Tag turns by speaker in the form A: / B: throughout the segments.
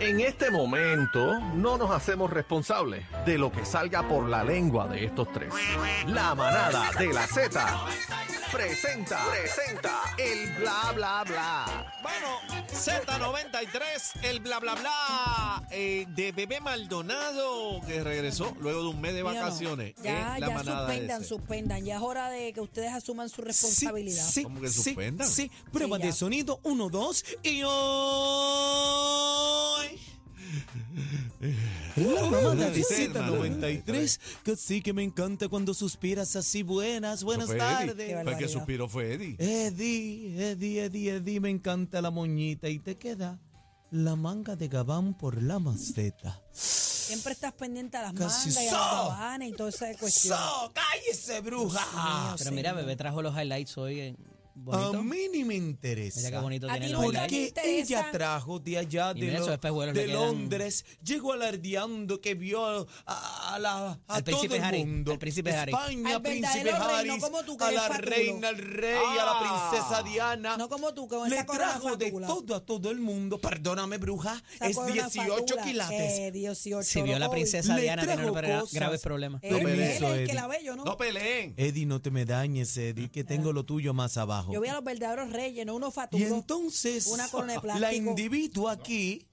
A: En este momento no nos hacemos responsables de lo que salga por la lengua de estos tres. La manada de la Z presenta, presenta el bla bla bla.
B: Bueno, Z93, el bla bla bla eh, de Bebé Maldonado que regresó luego de un mes de
C: Mira, no.
B: vacaciones.
C: Ya,
B: eh, la
C: ya
B: manada
C: suspendan,
B: de Z.
C: suspendan. Ya es hora de que ustedes asuman su
D: Sí,
C: responsabilidad.
D: Sí,
B: ¿Cómo que
D: sí,
B: suspendan?
D: Sí, prueba
C: Sí, ya.
D: de sonido, uno, dos, y hoy... La mamada de
B: Sí, hermano,
D: Z93, que sí que me encanta cuando suspiras así, buenas, buenas
B: Fue Eddie.
D: tardes. Eh,
B: Fue el que
C: barbaridad.
B: suspiró fue Eddie.
D: Eddie, Eddie, Eddie, Eddie, me encanta la moñita y te queda la manga de gabán por la maceta.
C: Siempre estás pendiente a las
D: Casi
C: mangas y a las
D: so.
C: gabanas y toda esa cuestión.
D: ¡So, cállese, bruja!
E: Pero mira, bebé trajo los highlights hoy. eh, Bonito.
D: A
C: Um,
D: mí ni me
E: Mira
D: interesa.
E: qué bonito
C: A
E: tiene
C: ti
E: los
C: no
E: highlights.
C: te
D: Porque
C: interesa.
D: ella trajo de allá
E: Y
D: de,
E: mira,
D: lo-
E: esos espejuelos
D: de
E: le quedan-
D: Londres, llegó alardeando que vio a, a la, a
E: Al
D: todo
E: príncipe
D: el
E: Harry,
D: mundo.
E: al príncipe Harry.
D: España,
C: Al
D: príncipe
C: verdadero
D: Harry,
C: reino, como tú, que
D: a
C: eres
D: la
C: fatulo.
D: reina, al rey,
B: Ah.
D: a la princesa Diana.
C: No como tú, con
D: le
C: esa corona
D: trajo de
C: fatula.
D: todo a todo el mundo. Perdóname, bruja,
C: Esa
D: es
C: corona
D: 18
C: fatula.
D: quilates.
C: Eh, 18.
E: Si vio a la
C: loco,
E: princesa
D: Le
E: Diana, tiene
D: trajo
E: gra-
D: cosas.
E: graves problemas.
C: eh,
D: No
C: él
D: peleen.
C: es el que
D: Eddie.
C: la ve, yo no.
B: No peleen.
D: Eddie, no te me dañes, Eddie, que tengo lo tuyo más
C: eh.
D: abajo.
C: Yo vi a los verdaderos reyes, no uno
D: Y
C: fatulo.
D: entonces,
C: Una corona de
D: la
C: plástico.
D: individuo aquí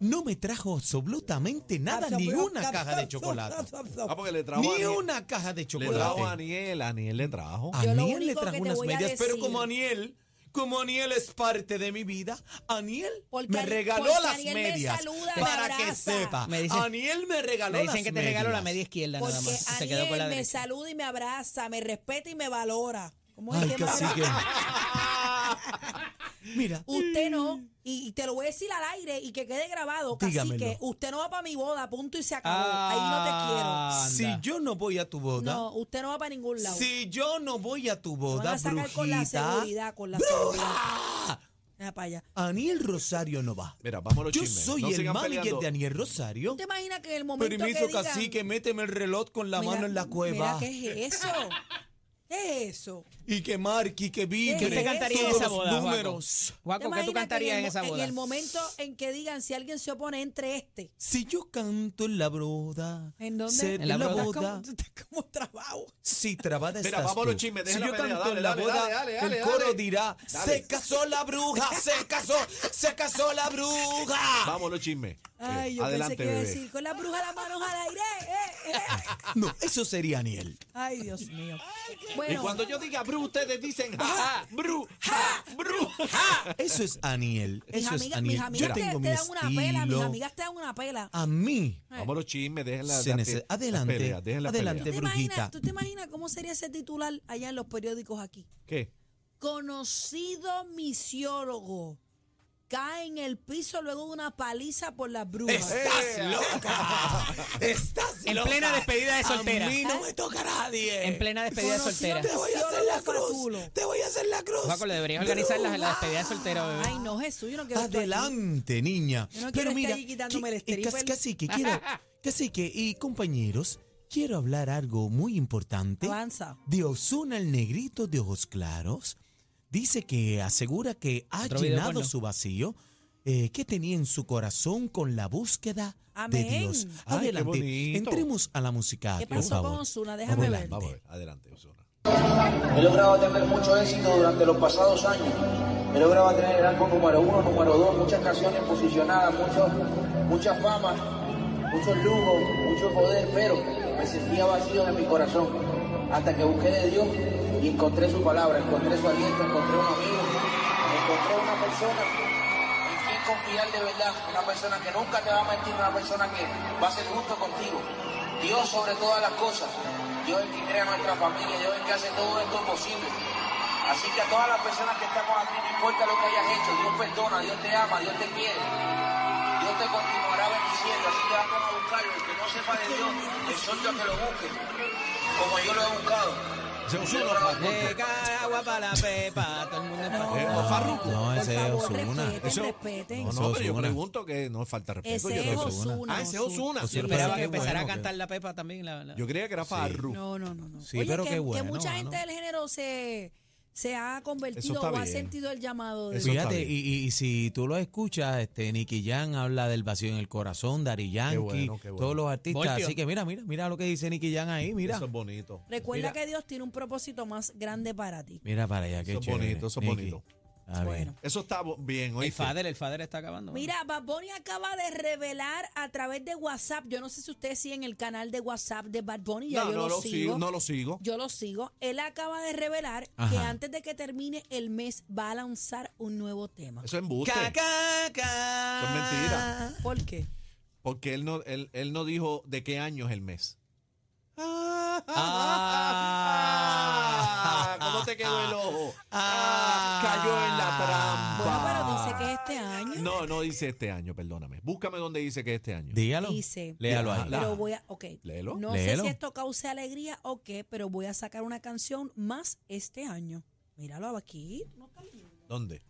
D: no me trajo absolutamente nada,
C: Absorbió-
D: ni una
C: absorbió-
D: caja de chocolate.
C: absorbió- absorbió.
B: Ah, porque le trajo a
D: Ni
B: Aniel.
D: una Ah, caja de
B: Le trajo a
D: chocolate.
B: Aniel, Aniel le trajo.
D: A
C: Yo lo
D: Aniel le
C: único que
D: trajo
C: te
D: unas
C: voy a
D: medias, pero
C: decir-
D: como Aniel, como Aniel es parte de mi vida, Aniel
C: Porque
D: me
C: Ani-
D: regaló
C: porque
D: las
C: Aniel me
D: medias.
C: saluda, me
D: para
C: abraza.
D: que sepa,
E: Me dicen-
D: Aniel me regaló
E: Le dicen
D: las
E: que te regaló la
D: medias.
E: media izquierda nada
C: Porque
E: más. Se quedó con la
C: Aniel me
E: derecha.
C: saluda y me abraza, me respeta y me valora. ¿Cómo es
D: Ay,
C: que me
D: casi que.
C: abraza?
D: Mira,
C: Usted no, y y te lo voy a decir al aire y que quede grabado, casi
D: Dígamelo.
C: que usted no va para mi boda, punto y se acabó. Ahí no te
E: Ah,
D: si
E: anda.
D: yo no voy a tu boda,
C: quiero. No, usted no va para ningún lado.
D: si yo no voy a tu
C: Te van
D: boda,
C: a sacar con la
D: brujita,
C: seguridad, con la seguridad.
D: ¡bruja!
C: Mira para allá.
D: Aniel Rosario no va.
B: Mira, vamos a los
D: Yo
B: chismes.
D: soy
B: No
D: el
B: sigan
D: manager
B: peleando.
D: de Aniel Rosario.
C: ¿Tú te imaginas que en el Este momento
D: Permiso,
C: que digan,
D: cacique, méteme el reloj con la
C: mira,
D: mano en la
C: Mira,
D: cueva.
C: ¿qué es eso? ¿Qué es eso?
D: Y que marque, y que
C: ¿Qué
D: vibre.
C: usted cantaría en
D: todos
C: esa
D: los
E: boda, Juaco?
D: números.
C: ¿Te
E: Guaco, ¿qué tú
C: imaginas
E: cantarías
C: que
E: en, esa
C: el, mo-
E: boda?
C: En el momento en que digan si alguien se opone entre este.
D: Si yo canto en la broda,
C: ¿En dónde?
D: sé
C: En
D: de
E: la
D: la
E: broda.
D: boda,
C: Tú estás como trabajo.
D: si trabada
B: Mira,
D: estás
B: vamos a los
D: tú.
B: chismes, deja
D: Si
B: la
D: yo
B: pelea,
D: canto
B: dale,
D: en la
B: dale,
D: boda,
B: dale, dale, dale,
D: el coro
B: dale.
D: dirá,
B: Dale.
D: se casó la bruja, se casó, se casó la bruja.
B: Vamos a los chismes. Eh,
C: Ay, yo
B: adelante,
C: pensé que iba a
B: bebé.
C: decir con la bruja las manos al aire. eh, eh.
D: No, eso sería Aniel.
C: Ay, Dios mío.
B: Y
C: Bueno,
B: cuando yo diga bru, ustedes dicen ja, ja, bru, ja, bru, ja.
D: Eso es Aniel.
C: mis
D: Eso
C: amigas,
D: es
C: mis
D: Aniel.
C: amigas
D: Yo
C: te,
D: tengo
C: te
D: mi
C: dan una pela, mis
D: estilo. Ah,
C: amigas te dan una pela.
D: A mí
B: Vamos a los chismes, dejen la,
D: Se
B: la-
D: nece-
B: la
D: adelante,
B: pelea, dejen la
D: adelante.
C: ¿Tú
B: pelea.
C: te,
D: brujita.
C: imaginas, ¿Tú te imaginas cómo sería ese titular allá en los periódicos aquí?
B: ¿Qué?
C: Conocido misiólogo cae en el piso luego de una paliza por las brujas.
D: ¡Estás loca! ¡Estás
E: En
D: loca!
E: plena despedida de soltera.
D: A mí no me toca a nadie.
E: En plena despedida de
C: Conocido
E: soltera.
D: Te voy a hacer la
C: misiólogo
D: cruz.
C: fatulo.
D: Te voy a hacer la cruz.
E: Guaco, le deberías organizar la, la despedida de soltero, bebé.
C: Ay, no, Jesús, yo no quiero estar aquí.
D: Adelante, niña.
C: Yo no quiero
D: Pero
C: estar
D: mira,
C: ahí quitándome el
D: que- eh,
C: stripper.
D: casi, casi que quiero, casi que y compañeros, quiero hablar algo muy importante.
C: Avanza.
D: De Osuna el negrito de ojos claros, dice que asegura que ha
E: Otro video
D: llenado
E: porno.
D: su vacío eh, que tenía en su corazón con la búsqueda
C: Amén.
D: de Dios.
B: Ay, qué
D: Adelante,
B: bonito.
D: entremos a la música,
C: ¿Qué
D: por
C: pasó
D: favor.
C: con Ozuna? Déjame
D: Adelante.
C: ver.
B: Vamos a ver, adelante, Osuna.
F: He logrado tener mucho éxito durante los pasados años. He logrado tener el álbum número uno, número dos, muchas canciones posicionadas, mucho, mucha fama, muchos lujos, mucho poder, pero me sentía vacío de mi corazón. Hasta que busqué de Dios y encontré su palabra, encontré su aliento, encontré un amigo, encontré una persona en quien confiar de verdad, una persona que nunca te va a mentir, una persona que va a ser justo contigo. Dios sobre todas las cosas. Dios es el que crea nuestra familia, Dios es el que hace todo esto posible. Así que a todas las personas que estamos aquí, no importa lo que hayas hecho, Dios perdona, Dios te ama, Dios te quiere. Dios te continuará bendiciendo, así que vamos a buscarlo. El que no sepa de Dios, exhorto a que lo busque, como yo lo he buscado.
B: Se usó
F: Yo
B: uno,
F: lo
B: Farruko.
F: busco.
E: cae agua para la pepa. Todo el mundo es
C: No,
E: para-
B: Eh, Farruko.
D: No,
C: por
D: ese es
C: favor,
D: Ozuna.
C: respeten,
B: Eso-
C: respeten.
B: No,
D: Ese
B: no, pero yo
D: Ozuna.
B: pregunto que no falta respeto.
C: Ese
B: yo,
C: es
D: Ozuna.
C: Ozuna.
B: Ah, ese es Ozuna.
D: Ozuna.
E: Yo esperaba que
D: qué
E: empezara
D: bueno
E: a
D: que-
E: cantar la pepa también. La, la-
B: yo creía que era Farru.
C: No, no, no. no.
D: Sí,
C: Oye,
D: pero
C: que,
D: qué
C: que
D: bueno,
C: mucha
D: mano.
C: gente del género se, se ha
B: Eso
C: convertido
B: está
C: o ha
B: bien.
C: sentido el llamado de
B: Eso está
D: Fíjate,
B: bien.
D: y, y- y si tú lo escuchas, este Nicky Jan habla del vacío en el corazón, Dari Yankee,
B: bueno, qué bueno.
D: todos los artistas.
E: Voltio.
D: Así que mira, mira, mira lo que dice Nicky Jan ahí, mira.
B: Eso es bonito.
C: Recuerda
B: Mira,
C: que Dios tiene un propósito más grande para ti.
D: Mira para allá, qué
B: Eso es
D: chévere.
B: bonito, eso es
D: Nicky.
B: bonito.
D: Ah,
C: Bueno.
D: bien.
B: Eso está bo- bien,
E: el
B: oíste.
E: fader, el fader está acabando. ¿no?
C: Mira, Bad Bunny acaba de revelar a través de WhatsApp. Yo no sé si ustedes siguen el canal de WhatsApp de Bad Bunny. Ya
B: No,
C: yo
B: no
C: lo,
B: lo
C: sigo.
B: sigo, no lo sigo.
C: Yo lo sigo. Él acaba de revelar que
D: Ajá.
C: antes de que termine el mes va a lanzar un nuevo tema.
B: Eso es embuste.
E: Ca,
B: Eso
E: ca, ca.
B: es mentira.
C: ¿Por qué?
B: Porque él no, él, él no dijo de qué año es el mes.
E: Ah.
B: ¿Cómo te quedó el ojo?
E: Ah.
B: cayó en
C: Bueno,
B: la
C: pero
B: trampa.
C: dice que este año
B: No, no dice este año, perdóname. Búscame dónde dice que es este año.
D: Dígalo.
C: dice.
D: Léalo ahí.
B: La-
C: Pero voy a, ok.
B: Léelo.
C: No
D: Léelo.
C: sé si esto cause alegría o qué, pero voy a sacar una canción más este año. Míralo aquí. No está lindo.
B: ¿Dónde?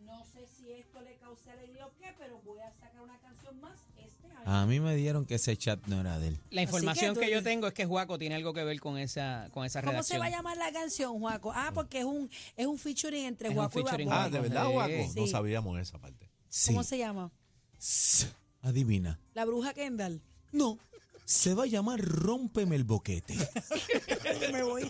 C: No sé si esto le cause alegría o qué, pero voy a sacar una canción más este año.
D: A mí me dieron que ese chat no era de él.
E: La
C: Así que
E: información
C: tú-
E: que, yo tengo es que Juaco tiene algo que ver con esa, con esa
C: ¿Cómo se
E: redacción.
C: va a llamar la canción, Juaco? Ah, porque es un, es un featuring entre
E: Es un
C: Juaco y Bad
E: featuring.
C: Bunny.
B: Ah, ¿de verdad,
E: Sí.
B: Guaco? No
C: Sí.
B: sabíamos esa parte.
D: Sí.
C: ¿Cómo se llama?
D: S- Adivina.
C: La bruja Kendall.
D: No. Se va a llamar Rómpeme el boquete.
C: Me voy.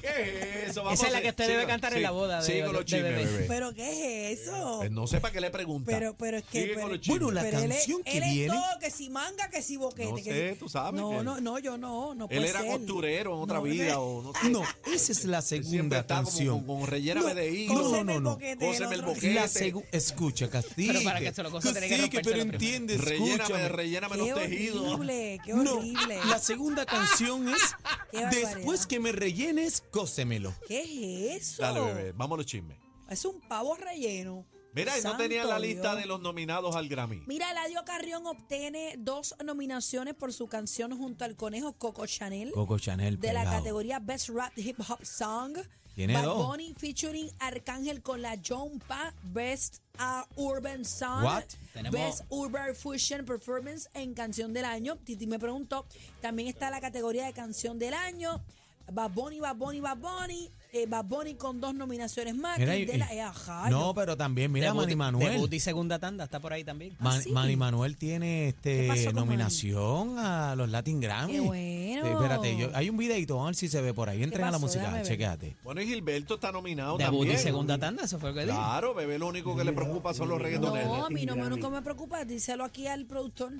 B: ¿Qué es eso?
E: Esa es la que usted
B: siga,
E: debe cantar en
B: siga,
E: la boda de-
B: siga con los
E: de
B: chismes,
E: bebé.
B: bebé.
C: ¿Pero qué es eso?
B: Pues no sé para qué le pregunta.
C: Oh. Pero, pero es que.
B: Sigue
C: pero-
B: con los chismes.
D: Bueno, la
C: pero él es-
D: canción que
C: él es
D: viene.
C: todo, que si manga, que si boquete.
B: No
C: que
B: sé,
C: si-
B: tú sabes
C: No,
B: que-
C: no, no, yo no. no
B: Él
C: puede
B: era
C: ser.
B: costurero en otra
C: No,
B: vida
C: no.
B: o no sé.
D: No, esa es la
B: Él siempre
D: segunda
B: está como
D: canción.
B: Con, con rellérame
D: No,
B: de hilo.
D: no,
C: Cóseme
D: no,
C: el
D: no.
C: boquete, el
B: Cóseme el
C: otro-
B: boquete.
D: La segu- escucha, Cacique.
E: Pero para que se lo cosa, tiene que
D: Cacique,
E: rompérselo
D: pero
E: primero.
D: entiende,
B: Relléname,
D: escúchame.
B: relléname
C: Qué
B: los tejidos.
C: horrible, qué
D: No,
C: horrible.
D: la segunda canción es
C: Qué barbaridad.
D: Después que me rellenes, cósemelo.
C: ¿Qué es eso?
B: Dale, bebé, vamos a los chismes.
C: Es un pavo relleno.
B: Mira, y no
C: Santo
B: tenía la lista
C: Dios.
B: de los nominados al Grammy.
C: Mira, Eladio Carrión obtiene dos nominaciones por su canción junto al conejo Coco Chanel.
D: Coco Chanel
C: de la
D: pegado.
C: categoría Best Rap Hip Hop Song.
D: Tiene
C: Bad
D: dos.
C: Bunny featuring Arcángel con la Jompa Best ah, Urban Song.
D: What?
E: Tenemos-
C: Best Urban Fusion Performance en Canción del Año. Titi me preguntó. También está la categoría de Canción del Año. Bad Bunny, Bad Bunny, Bad Bunny. Eh, Bad Bunny con dos nominaciones más.
D: Mira,
C: que
D: y-
C: de la-
D: y-
C: eh, ajá,
D: no,
C: yo-
D: pero también mira
E: Debut-
D: Manny Manuel.
E: debut y segunda tanda está por ahí también.
D: Man-
C: Ah, sí.
D: Manny Manuel tiene
C: ¿Qué pasó
D: este
C: con Manny?
D: nominación a los Latin Grammy.
C: Qué bueno.
D: Sí, espérate, yo- hay un videito, vamos a ver si se ve por ahí. Entrega la
C: pasó? Déjame
D: música,
C: ver.
D: chequéate.
B: Bueno, y Gilberto está nominado
E: Debut
B: también.
E: y segunda tanda, eso fue lo que dije.
B: Claro, bebé, lo único que le preocupa son los reggaetoneros.
C: No, a mí no me, nunca me preocupa. Díselo aquí al productor.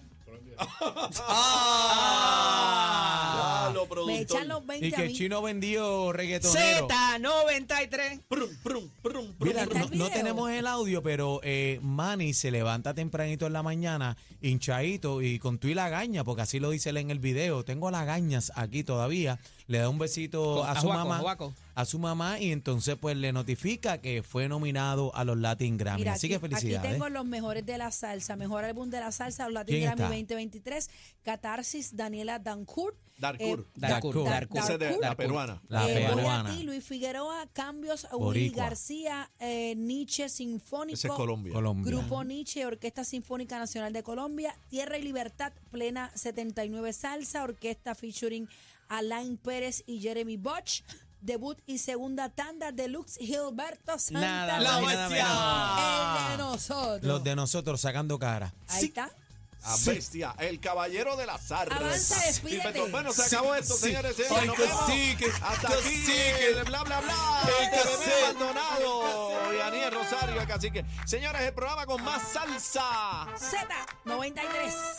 B: ¡Ah! Ya lo
C: Me
B: productor.
C: echan los 20
D: Y
C: a
D: que
C: mí.
D: Chino vendió reggaetonero.
E: Z93.
B: Prum, prum, prum, prum.
D: Mira,
C: ¿Está el
D: no, no
C: video?
D: tenemos el audio, pero eh, Manny se levanta tempranito en la mañana, hinchadito y con tú y la gaña, porque así lo dice él en el video. Tengo las gañas aquí todavía. Le da un besito
E: Con-
D: a
E: a
D: su
E: Juaco,
D: mamá.
E: a Juaco.
D: a su mamá y entonces pues le notifica que fue nominado a los Latin Grammy.
C: Mira,
D: Ah, así
C: aquí,
D: que felicidades.
C: Aquí tengo los mejores de la salsa. Mejor álbum de la salsa, los Latin
D: ¿Quién
C: Grammy
D: está?
C: 2023. Catarsis, Daniela Dancourt.
B: Darcourt.
E: Darcourt,
C: Dar-
E: Darcourt.
B: Esa es de- la
C: Darcourt.
B: peruana.
D: La
C: Eh, voy a
D: peruana.
C: ti, Luis Figueroa, Cambios, Willy
D: Boricua.
C: García, eh, Nietzsche Sinfónico.
B: Ese es Colombia.
D: Colombia.
C: Grupo Nietzsche, Orquesta Sinfónica Nacional de Colombia, Tierra y Libertad, Plena 79 Salsa, Orquesta featuring Alain Pérez y Jeremy Botch, debut y segunda tanda, Deluxe Gilberto Santa
E: Nada,
C: Cruz.
E: más y nada menos.
C: El de nosotros.
D: Los de nosotros sacando cara.
C: Ahí
D: Sí.
C: está.
B: A bestia, el caballero de las artes.
C: Avanza, despídete.
B: Gilberto, Bueno, se acabó esto,
D: sí.
B: señores.
D: Ay,
B: señores, nos vemos.
D: cacique,
B: Hasta
D: cacique.
B: aquí, el bla, bla, bla.
D: El
B: El
D: cacique.
B: Maldonado. Y Aniel Rosario, el cacique. Señores, el programa con más salsa.
C: Z93.